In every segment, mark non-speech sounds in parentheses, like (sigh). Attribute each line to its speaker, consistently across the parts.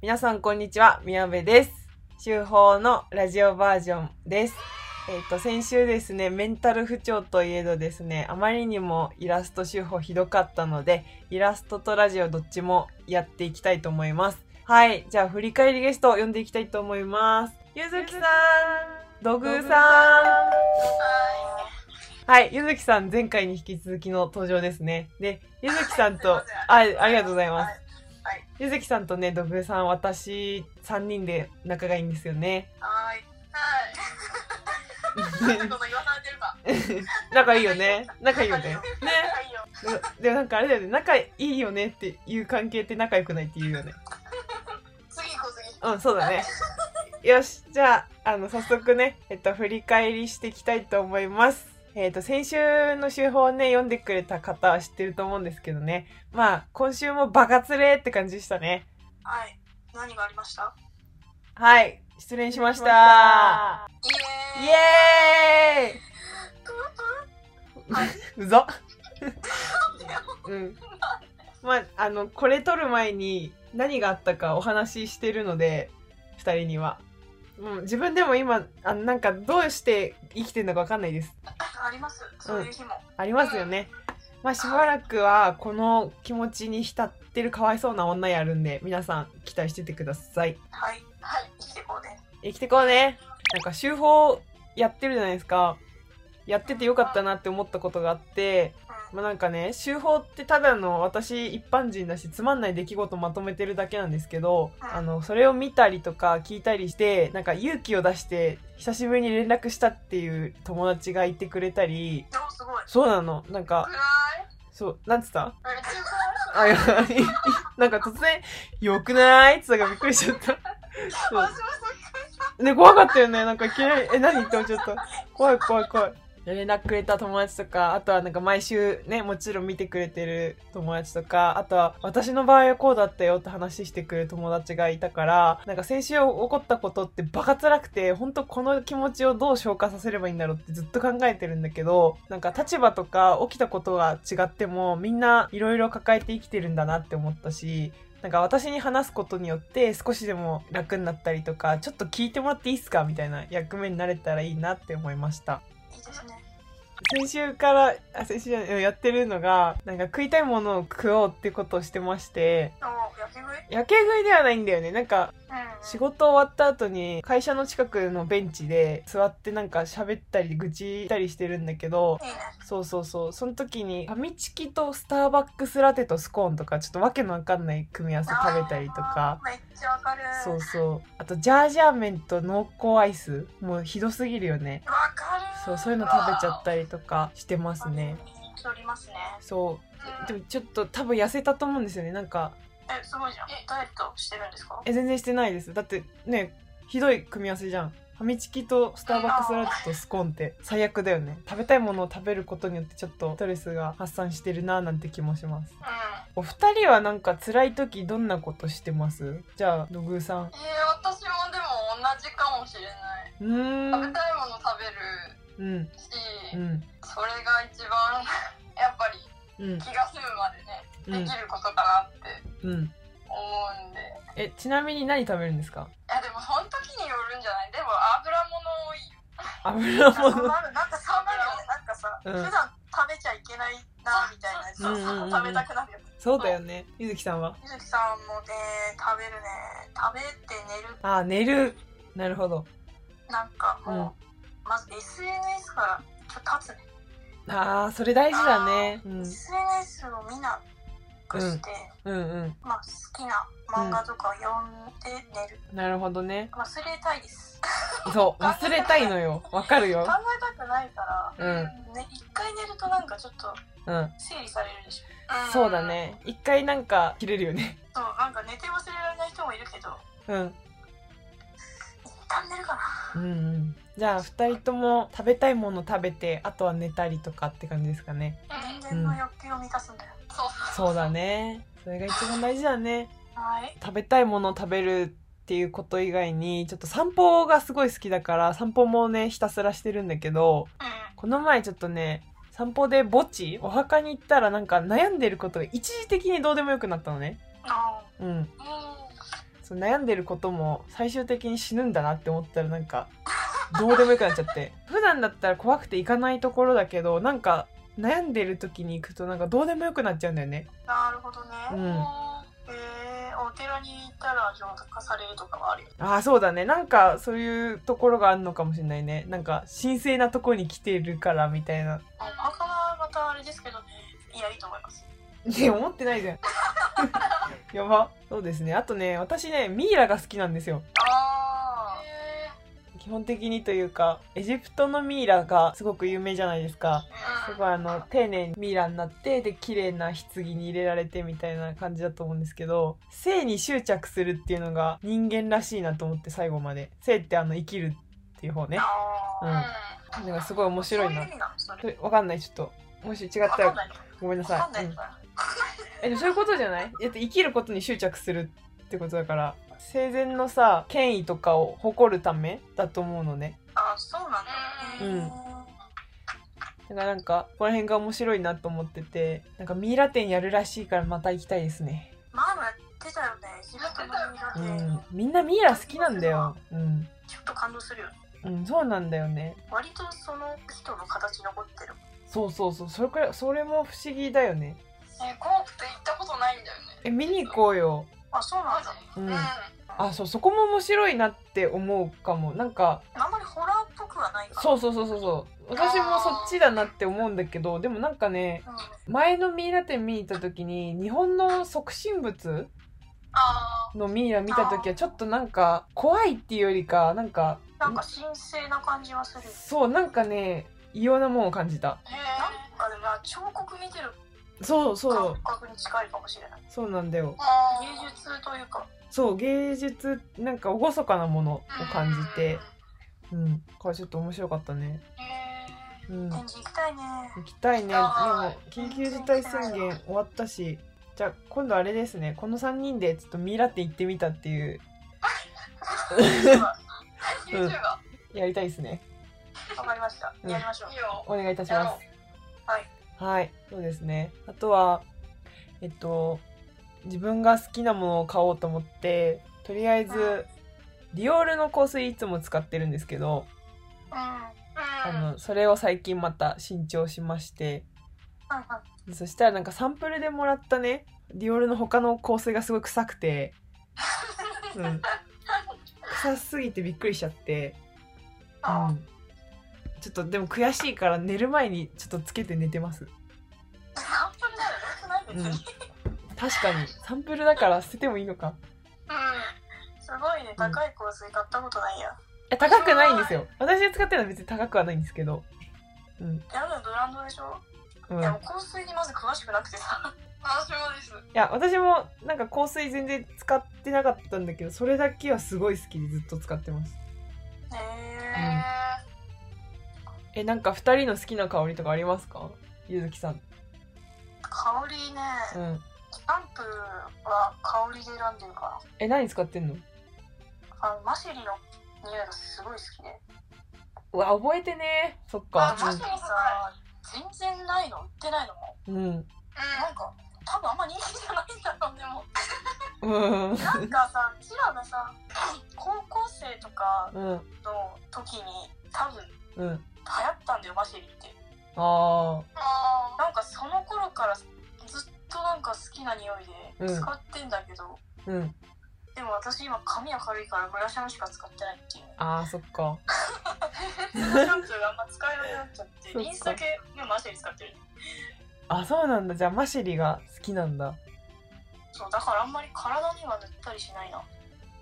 Speaker 1: 皆さんこんにちは、宮部です。週報のラジオバージョンです。えっ、と、先週ですね、メンタル不調といえどですね、あまりにもイラスト週報ひどかったので、イラストとラジオどっちもやっていきたいと思います。はい、じゃあ振り返りゲストを呼んでいきたいと思います。ゆずきさん土偶さんはい、ゆずきさん前回に引き続きの登場ですね。で、ゆずきさんと、あありがとうございます。ゆずきさんとね、土偶さん、私、3人で仲がいいんですよね。 (laughs)
Speaker 2: はい。はい。この言わされてるか。
Speaker 1: 仲いいよね。仲いいよね。ね。
Speaker 2: はいよ。
Speaker 1: でもなんかあれだよね、仲いいよねっていう関係って仲良くないって言うよね。
Speaker 2: 次行こう、次。
Speaker 1: うん、そうだね。よし、じゃあ、あの、早速ね、えっと、振り返りしていきたいと思います。えっと、先週の手法をね、読んでくれた方は知ってると思うんですけどね。まあ、今週もバカつれって感じでしたね。
Speaker 2: はい。何がありました
Speaker 1: はい、失恋しました。
Speaker 2: イ
Speaker 1: イ
Speaker 2: エ
Speaker 1: エ
Speaker 2: ーイはい。
Speaker 1: ーイうざうん。まあ、あの、これ撮る前に何があったかお話ししてるので、二人には。うん、自分でも今、あなんかどうして生きてるのかわかんないです。
Speaker 2: あります。そういう日も。
Speaker 1: ありますよね。まあ、しばらくはこの気持ちに浸ってるかわいそうな女やるんで、皆さん期待しててください。
Speaker 2: はい。はい。生きてこうね。
Speaker 1: 生きてこうね。なんか、修法やってるじゃないですか。やっててよかったなって思ったことがあって、
Speaker 2: うん。
Speaker 1: まあ、なんかね修法ってただの私一般人だしつまんない出来事まとめてるだけなんですけどあのそれを見たりとか聞いたりしてなんか勇気を出して久しぶりに連絡したっていう友達がいてくれたり
Speaker 2: お、すごい。
Speaker 1: そうなのなん
Speaker 2: 暗
Speaker 1: か
Speaker 2: い。
Speaker 1: そうなんつった
Speaker 2: めっちゃ
Speaker 1: あやばいなんか突然「よくない?」って言ったからびっくりしちゃった。
Speaker 2: 暗い。
Speaker 1: そ
Speaker 2: 私もそういう
Speaker 1: うね怖かったよねなんか嫌いえ何って思っちゃった怖い怖い怖い連絡くれた友達とかあとはなんか毎週ねもちろん見てくれてる友達とかあとは私の場合はこうだったよって話してくれる友達がいたからなんか先週起こったことってバカ辛くて本当この気持ちをどう消化させればいいんだろうってずっと考えてるんだけどなんか立場とか起きたことが違ってもみんないろいろ抱えて生きてるんだなって思ったしなんか私に話すことによって少しでも楽になったりとかちょっと聞いてもらっていいっすかみたいな役目になれたらいいなって思いました
Speaker 2: いいですね。
Speaker 1: 先週からあ先週じゃないやってるのがなんか食いたいものを食おうってことをしてまして
Speaker 2: お焼き食い
Speaker 1: 夜景食いではないんだよねなんか
Speaker 2: うん。
Speaker 1: 仕事終わった後に会社の近くのベンチで座ってなんか喋ったり愚痴ったりしてるんだけど
Speaker 2: いいね。
Speaker 1: そうそうそうその時にファミチキとスターバックスラテとスコーンとかちょっとわけのわかんない組み合わせ食べたりとか
Speaker 2: あー。めっちゃわかる。
Speaker 1: そうそうあとジャージャー麺と濃厚アイスもうひどすぎるよね
Speaker 2: わかる。
Speaker 1: そうそういうの食べちゃったりとかしてますね
Speaker 2: 人気取りますね。
Speaker 1: そうでもちょっと多分痩せたと思うんですよねなんか
Speaker 2: え、すごいじゃん。え、ダイエットしてるんですか
Speaker 1: え全然してないですだってねひどい組み合わせじゃんファミチキとスターバックスラテとスコーンって最悪だよね食べたいものを食べることによってちょっとストレスが発散してるなーなんて気もします
Speaker 2: う
Speaker 1: お
Speaker 2: ん。
Speaker 1: 二人はなんか辛い時どんなことしてますじゃあ土偶さん
Speaker 2: えー、私もでも同じかもしれない
Speaker 1: ー
Speaker 2: う食べ
Speaker 1: ん
Speaker 2: たいもの食べる
Speaker 1: うん
Speaker 2: し、
Speaker 1: うん
Speaker 2: それが一番 (laughs) やっぱり
Speaker 1: うん
Speaker 2: 気が済むまでね
Speaker 1: う
Speaker 2: で
Speaker 1: ん
Speaker 2: きることかなって
Speaker 1: うん
Speaker 2: 思うんで、い
Speaker 1: えちなみに何食べるんですか
Speaker 2: やでもその時によるんじゃないでも油物多いよ
Speaker 1: 油
Speaker 2: そう
Speaker 1: 物
Speaker 2: なるなんかそうなるよねなんかさ、
Speaker 1: うん
Speaker 2: 普段食べちゃいけないなみたいな
Speaker 1: そうそうそう
Speaker 2: そう食べたくなるよね
Speaker 1: そうだよねゆずきさんは
Speaker 2: ゆずきさんもね食べるね食べて寝る
Speaker 1: あー寝るなるほど
Speaker 2: なんかもう、まず SNS からちょっと立つね
Speaker 1: あーそれ大事だね、うん、
Speaker 2: SNS を見なくして、
Speaker 1: うんうん
Speaker 2: まあ、好きな漫画とか読んで寝る、
Speaker 1: なるほどね
Speaker 2: 忘れたいです
Speaker 1: そう忘れたいのよわかる
Speaker 2: 考
Speaker 1: よ
Speaker 2: えたくないから、
Speaker 1: う
Speaker 2: ね、一回寝るとなんかちょっと
Speaker 1: うん
Speaker 2: 整理されるでしょ
Speaker 1: そうだね一回なんか切れるよね
Speaker 2: そうなんか寝て忘れられない人もいるけど
Speaker 1: うん
Speaker 2: 一旦寝るかな
Speaker 1: うんうんじゃあ二人とも食べたいもの食べてあとは寝たりとかって感じですかね
Speaker 2: 人間の欲求を満たすんだよ、そう
Speaker 1: そうだねそれが一番大事だね
Speaker 2: はい
Speaker 1: 食べたいものを食べるっていうこと以外にちょっと散歩がすごい好きだから散歩もねひたすらしてるんだけど
Speaker 2: うん
Speaker 1: この前ちょっとね散歩で墓地お墓に行ったらなんか悩んでることが一時的にどうでもよくなったのね
Speaker 2: あ
Speaker 1: うん
Speaker 2: ーうん
Speaker 1: そう悩んでることも最終的に死ぬんだなって思ったらなんかどうでもよくなっちゃって (laughs) 普段だったら怖くて行かないところだけどなんか悩んでる時に行くとなんかどうでもよくなっちゃうんだよね
Speaker 2: なるほどね。
Speaker 1: うん
Speaker 2: えーお寺に行ったら浄化されるとかはあるよ。
Speaker 1: ああそうだねなんかそういうところがあるのかもしれないねなんか神聖なとこに来てるからみたいな
Speaker 2: お墓はまたあれですけど、いや、いいと思います。
Speaker 1: ね思って (laughs) ないじゃん (laughs) やばそうですねあとね私ねミイラが好きなんですよ
Speaker 2: あ
Speaker 1: 基本的にというかエジプトのミイラがすごく有名じゃないですか
Speaker 2: あ。
Speaker 1: す
Speaker 2: うん
Speaker 1: ごいあの丁寧にミイラになってで綺麗な棺に入れられてみたいな感じだと思うんですけど性に執着するっていうのが人間らしいなと思って最後まで性ってあの生きるっていう方ね
Speaker 2: あー
Speaker 1: うんなんかすごい面白い
Speaker 2: そう
Speaker 1: な
Speaker 2: う意味なのそれ。
Speaker 1: わかんないちょっともし違った
Speaker 2: わかん
Speaker 1: ら
Speaker 2: ない。
Speaker 1: ごめんな
Speaker 2: わ
Speaker 1: さ
Speaker 2: かん
Speaker 1: い、う
Speaker 2: ない
Speaker 1: ん
Speaker 2: から。
Speaker 1: えでもそういうことじゃないだって生きることに執着するってことだから生前のさ権威とかを誇るためだと思うのね
Speaker 2: あ、そうなんだ。
Speaker 1: うん
Speaker 2: へー
Speaker 1: だからなんかこの辺が面白いなと思っててなんかミイラ展やるらしいからまた行きたいですね
Speaker 2: 前もやってたよね。自分の
Speaker 1: う
Speaker 2: 色で、
Speaker 1: んみんなミイラ好きなんだようん、
Speaker 2: ちょっと感動するよね。
Speaker 1: うん、そうなんだよね
Speaker 2: 割とその人の形残ってる。
Speaker 1: そうそうそうそれくらいそれも不思議だよね
Speaker 3: え怖くて行ったことないんだよね
Speaker 1: え見に行こうよ
Speaker 2: あ、そうなんだ。
Speaker 1: う
Speaker 3: うんん
Speaker 1: あそうそこも面白いなって思うかもなんか
Speaker 2: あんまりホラーっぽくはないから。
Speaker 1: そうそうそうそうそう私もそっちだなって思うんだけどでもなんかね
Speaker 2: うん。
Speaker 1: 前のミイラ展見に行った時に日本の即身仏
Speaker 3: あ
Speaker 1: のミイラ見た時はちょっとなんか怖いっていうよりかなんか
Speaker 2: なんか神聖な感じはする。
Speaker 1: そうなんかね異様なもんを感じた
Speaker 3: ーへ
Speaker 2: なん
Speaker 3: え
Speaker 2: かでもな彫刻見てる
Speaker 1: そうそう
Speaker 2: 感覚に近いかもしれない。
Speaker 1: そうなんだよ
Speaker 3: あー
Speaker 2: 芸術というか。
Speaker 1: そう芸術なんか厳かなものを感じてうんだからちょっと面白かったね
Speaker 3: へ
Speaker 1: うん
Speaker 2: 展
Speaker 1: 行
Speaker 2: 示行きたいね。
Speaker 1: きたいねでも
Speaker 3: 行
Speaker 1: 緊急事態宣言終わったしじゃあ今度あれですねこの3人でちょっとミイラって行ってみたっていう
Speaker 3: え (laughs) YouTube は
Speaker 1: やりたいですね
Speaker 2: わかりました。
Speaker 1: うん
Speaker 2: やりましょう
Speaker 3: いい。よ
Speaker 1: お願いいたし
Speaker 3: や
Speaker 1: ま
Speaker 3: ろ
Speaker 1: す
Speaker 2: うは
Speaker 1: は
Speaker 2: い
Speaker 1: いそうですねあとはえっと自分が好きなものを買おうと思ってとりあえずディオールの香水いつも使ってるんですけど
Speaker 2: うん。は
Speaker 1: あ
Speaker 3: う
Speaker 1: のそれを最近また新調しまして
Speaker 2: いはい。
Speaker 1: でそしたらなんかサンプルでもらったねディオールの他の香水がすごい臭く
Speaker 2: (laughs)
Speaker 1: て、うん、臭すぎてびっくりしちゃって、
Speaker 2: あ
Speaker 1: うんちょっとでも悔しいから寝る前にちょっとつけて寝てます
Speaker 2: サンプルなら良くない別に。
Speaker 1: 確かにサンプルだから捨ててもいいのか
Speaker 2: すごいね。高い香水買ったことないや。
Speaker 1: え高くないんですよ私が使ってるのは別に高くはないんですけどうん
Speaker 2: やるのブランドでしょ。
Speaker 1: うん
Speaker 2: い
Speaker 1: い
Speaker 2: やもう香水にまず詳しくなくてさ。 (laughs)
Speaker 3: 私もです
Speaker 1: や私もなんか香水全然使ってなかったんだけどそれだけはすごい好きでずっと使ってます
Speaker 2: へ
Speaker 3: へ
Speaker 2: え。
Speaker 3: え
Speaker 1: えなんか二人の好きな香りとかありますかゆずきさん
Speaker 2: 香りね。
Speaker 1: うん
Speaker 2: シャンプーは香りで選んでるか
Speaker 1: え何使ってんの
Speaker 2: な。あのマシリの匂いがすごい好きで。
Speaker 1: うわ覚えてねそっ
Speaker 3: あ
Speaker 1: か
Speaker 2: マ
Speaker 3: マ
Speaker 2: ジ
Speaker 3: ジ
Speaker 2: で
Speaker 3: で
Speaker 2: さ
Speaker 3: さ、
Speaker 2: 全然ないの、売ってないのも。
Speaker 1: うん
Speaker 2: なんか、多分あんま人気じゃないんだろうね、もう。 (laughs)
Speaker 1: うんうん
Speaker 2: なんかさ、うちらがさ、 (coughs) 高校生とか
Speaker 1: うん
Speaker 2: の時に、多分流
Speaker 1: うん
Speaker 2: 行ったんだよ、マシリって。
Speaker 1: あ
Speaker 3: あ
Speaker 2: なんかその頃からずっとなんか好きな匂いで
Speaker 1: うん
Speaker 2: 使ってんだけど、
Speaker 1: ーうん
Speaker 2: でも私今髪が軽いからブラシャムしか使ってないっていう。
Speaker 1: あーそっか
Speaker 2: シャンプーがあんま使えなくなっちゃっ
Speaker 1: そ
Speaker 2: て、
Speaker 1: っか
Speaker 2: リンスだけねマシリ使ってる。
Speaker 1: あそうなんだじゃあマシェリが好きなんだ
Speaker 2: そう、だからあんまり体には塗ったりしないな、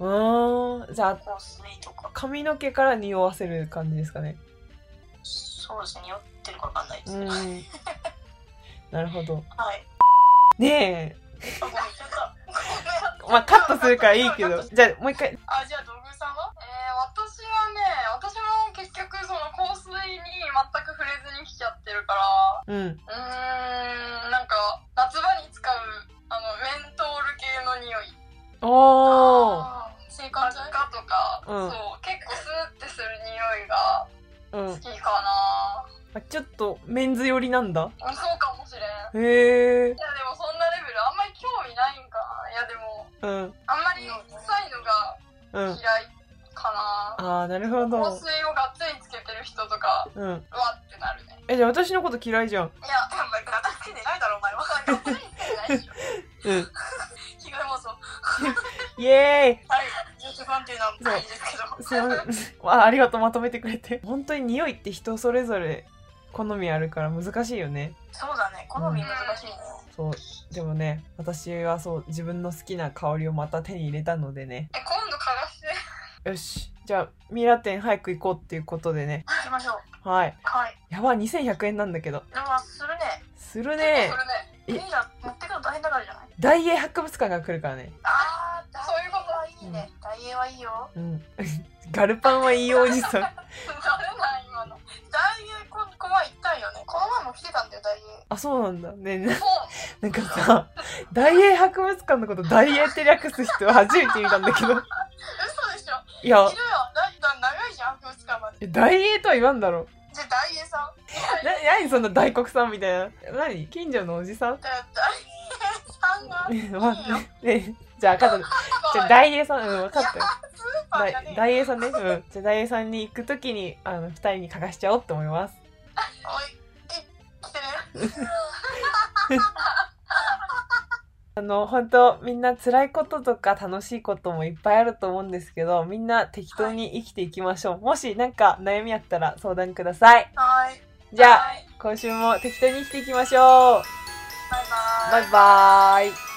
Speaker 1: うーんじゃあ
Speaker 2: 香水とか。
Speaker 1: 髪の毛から匂わせる感じですかね
Speaker 2: そうですね、酔ってるかわかんないです
Speaker 1: う
Speaker 2: (laughs) ね。はい。
Speaker 1: んなるほど
Speaker 2: あ
Speaker 1: ねえ
Speaker 2: ごめん、言っちゃった。
Speaker 1: まあカットするからいいけどじゃあもう一回
Speaker 2: あ、じゃあ、土偶さんは
Speaker 3: えー私はね私も結局その香水に全く触れずに来ちゃってるから
Speaker 1: うん
Speaker 3: うーんなんか夏場に使うあのメントール系の匂い
Speaker 1: おー
Speaker 2: あー性
Speaker 3: ガ
Speaker 2: 感
Speaker 3: ッ
Speaker 2: 剤
Speaker 3: カとか、
Speaker 1: うん
Speaker 3: そう結構スーってする匂いが
Speaker 1: うん
Speaker 3: 好きか
Speaker 1: あちょっとメンズ寄りなんだ
Speaker 3: な、そうかもしれんい
Speaker 1: へえ
Speaker 3: やでもそんなレベルあんまり興味ないんかないやでも
Speaker 1: うん
Speaker 3: あんまり臭いの
Speaker 1: うん
Speaker 3: 嫌いかな、
Speaker 1: ああなるほ
Speaker 3: 香
Speaker 1: ど
Speaker 3: 水をがっつりつけてる人とか
Speaker 1: うん
Speaker 3: うわってなるね
Speaker 1: えじゃあ私のこと嫌いじゃん
Speaker 3: いやでもガタつけてないだろお前わかんないガタつけてないでしょ
Speaker 1: うん
Speaker 3: 被害妄想
Speaker 1: イエ
Speaker 3: はい女子版っていうのはないですけど
Speaker 1: ーイすいませんあありがとうまとめてくれて本当に匂いって人それぞれ好みあるから難しいよね
Speaker 2: そうだね好み難しいね、
Speaker 1: そうでもね私はそう自分の好きな香りをまた手に入れたのでね
Speaker 3: え今度からして
Speaker 1: よしじゃあミイラ店早く行こうっていうことでね
Speaker 2: 行きましょう
Speaker 1: はい
Speaker 2: はい
Speaker 1: やば2100円なんだけど
Speaker 2: でもするね
Speaker 1: する
Speaker 3: そ
Speaker 1: ね
Speaker 3: れね
Speaker 1: え
Speaker 2: いいじゃん持ってくの大変だからじゃない
Speaker 1: 大英博物館が来るからね
Speaker 2: あー
Speaker 3: そういうこと
Speaker 2: いいね大英はいいよ
Speaker 1: うん (laughs) ガルパンはいいおじさん
Speaker 3: 誰なん今の大英ここは行ったんよねこの前も来てたんだよ大英
Speaker 1: あそうなんだねな
Speaker 3: も
Speaker 1: な
Speaker 3: う
Speaker 1: んかさ大英博物館のこと大英って略す人は初めて見たんだけど
Speaker 3: 嘘でしょ
Speaker 1: いや
Speaker 3: いるよだだ長いじゃん博物館まで
Speaker 1: 大英とは言わんだろ
Speaker 3: じゃあ大英さん
Speaker 1: な何そんな大黒さんみたいな何近所のおじさん (laughs)
Speaker 3: だ
Speaker 2: (laughs)
Speaker 3: 大英さんが
Speaker 1: ねねじゃあ分かったじゃあ
Speaker 3: 大
Speaker 1: 大英さんうん分かったよ
Speaker 3: スーパーじゃね
Speaker 1: 大
Speaker 3: え
Speaker 1: 大英さんね、うん、じゃあ大英さんに行くときにあの二人に書かしちゃおうと思います
Speaker 3: おいい来てね
Speaker 1: あの本当みんな辛いこととか楽しいこともいっぱいあると思うんですけどみんな適当に生きていきましょう、もしなんか悩みあったら相談ください
Speaker 3: はい
Speaker 1: じゃあ
Speaker 3: はい
Speaker 1: 今週も適当に生きていきましょう
Speaker 3: バイバイ
Speaker 1: バイバーイ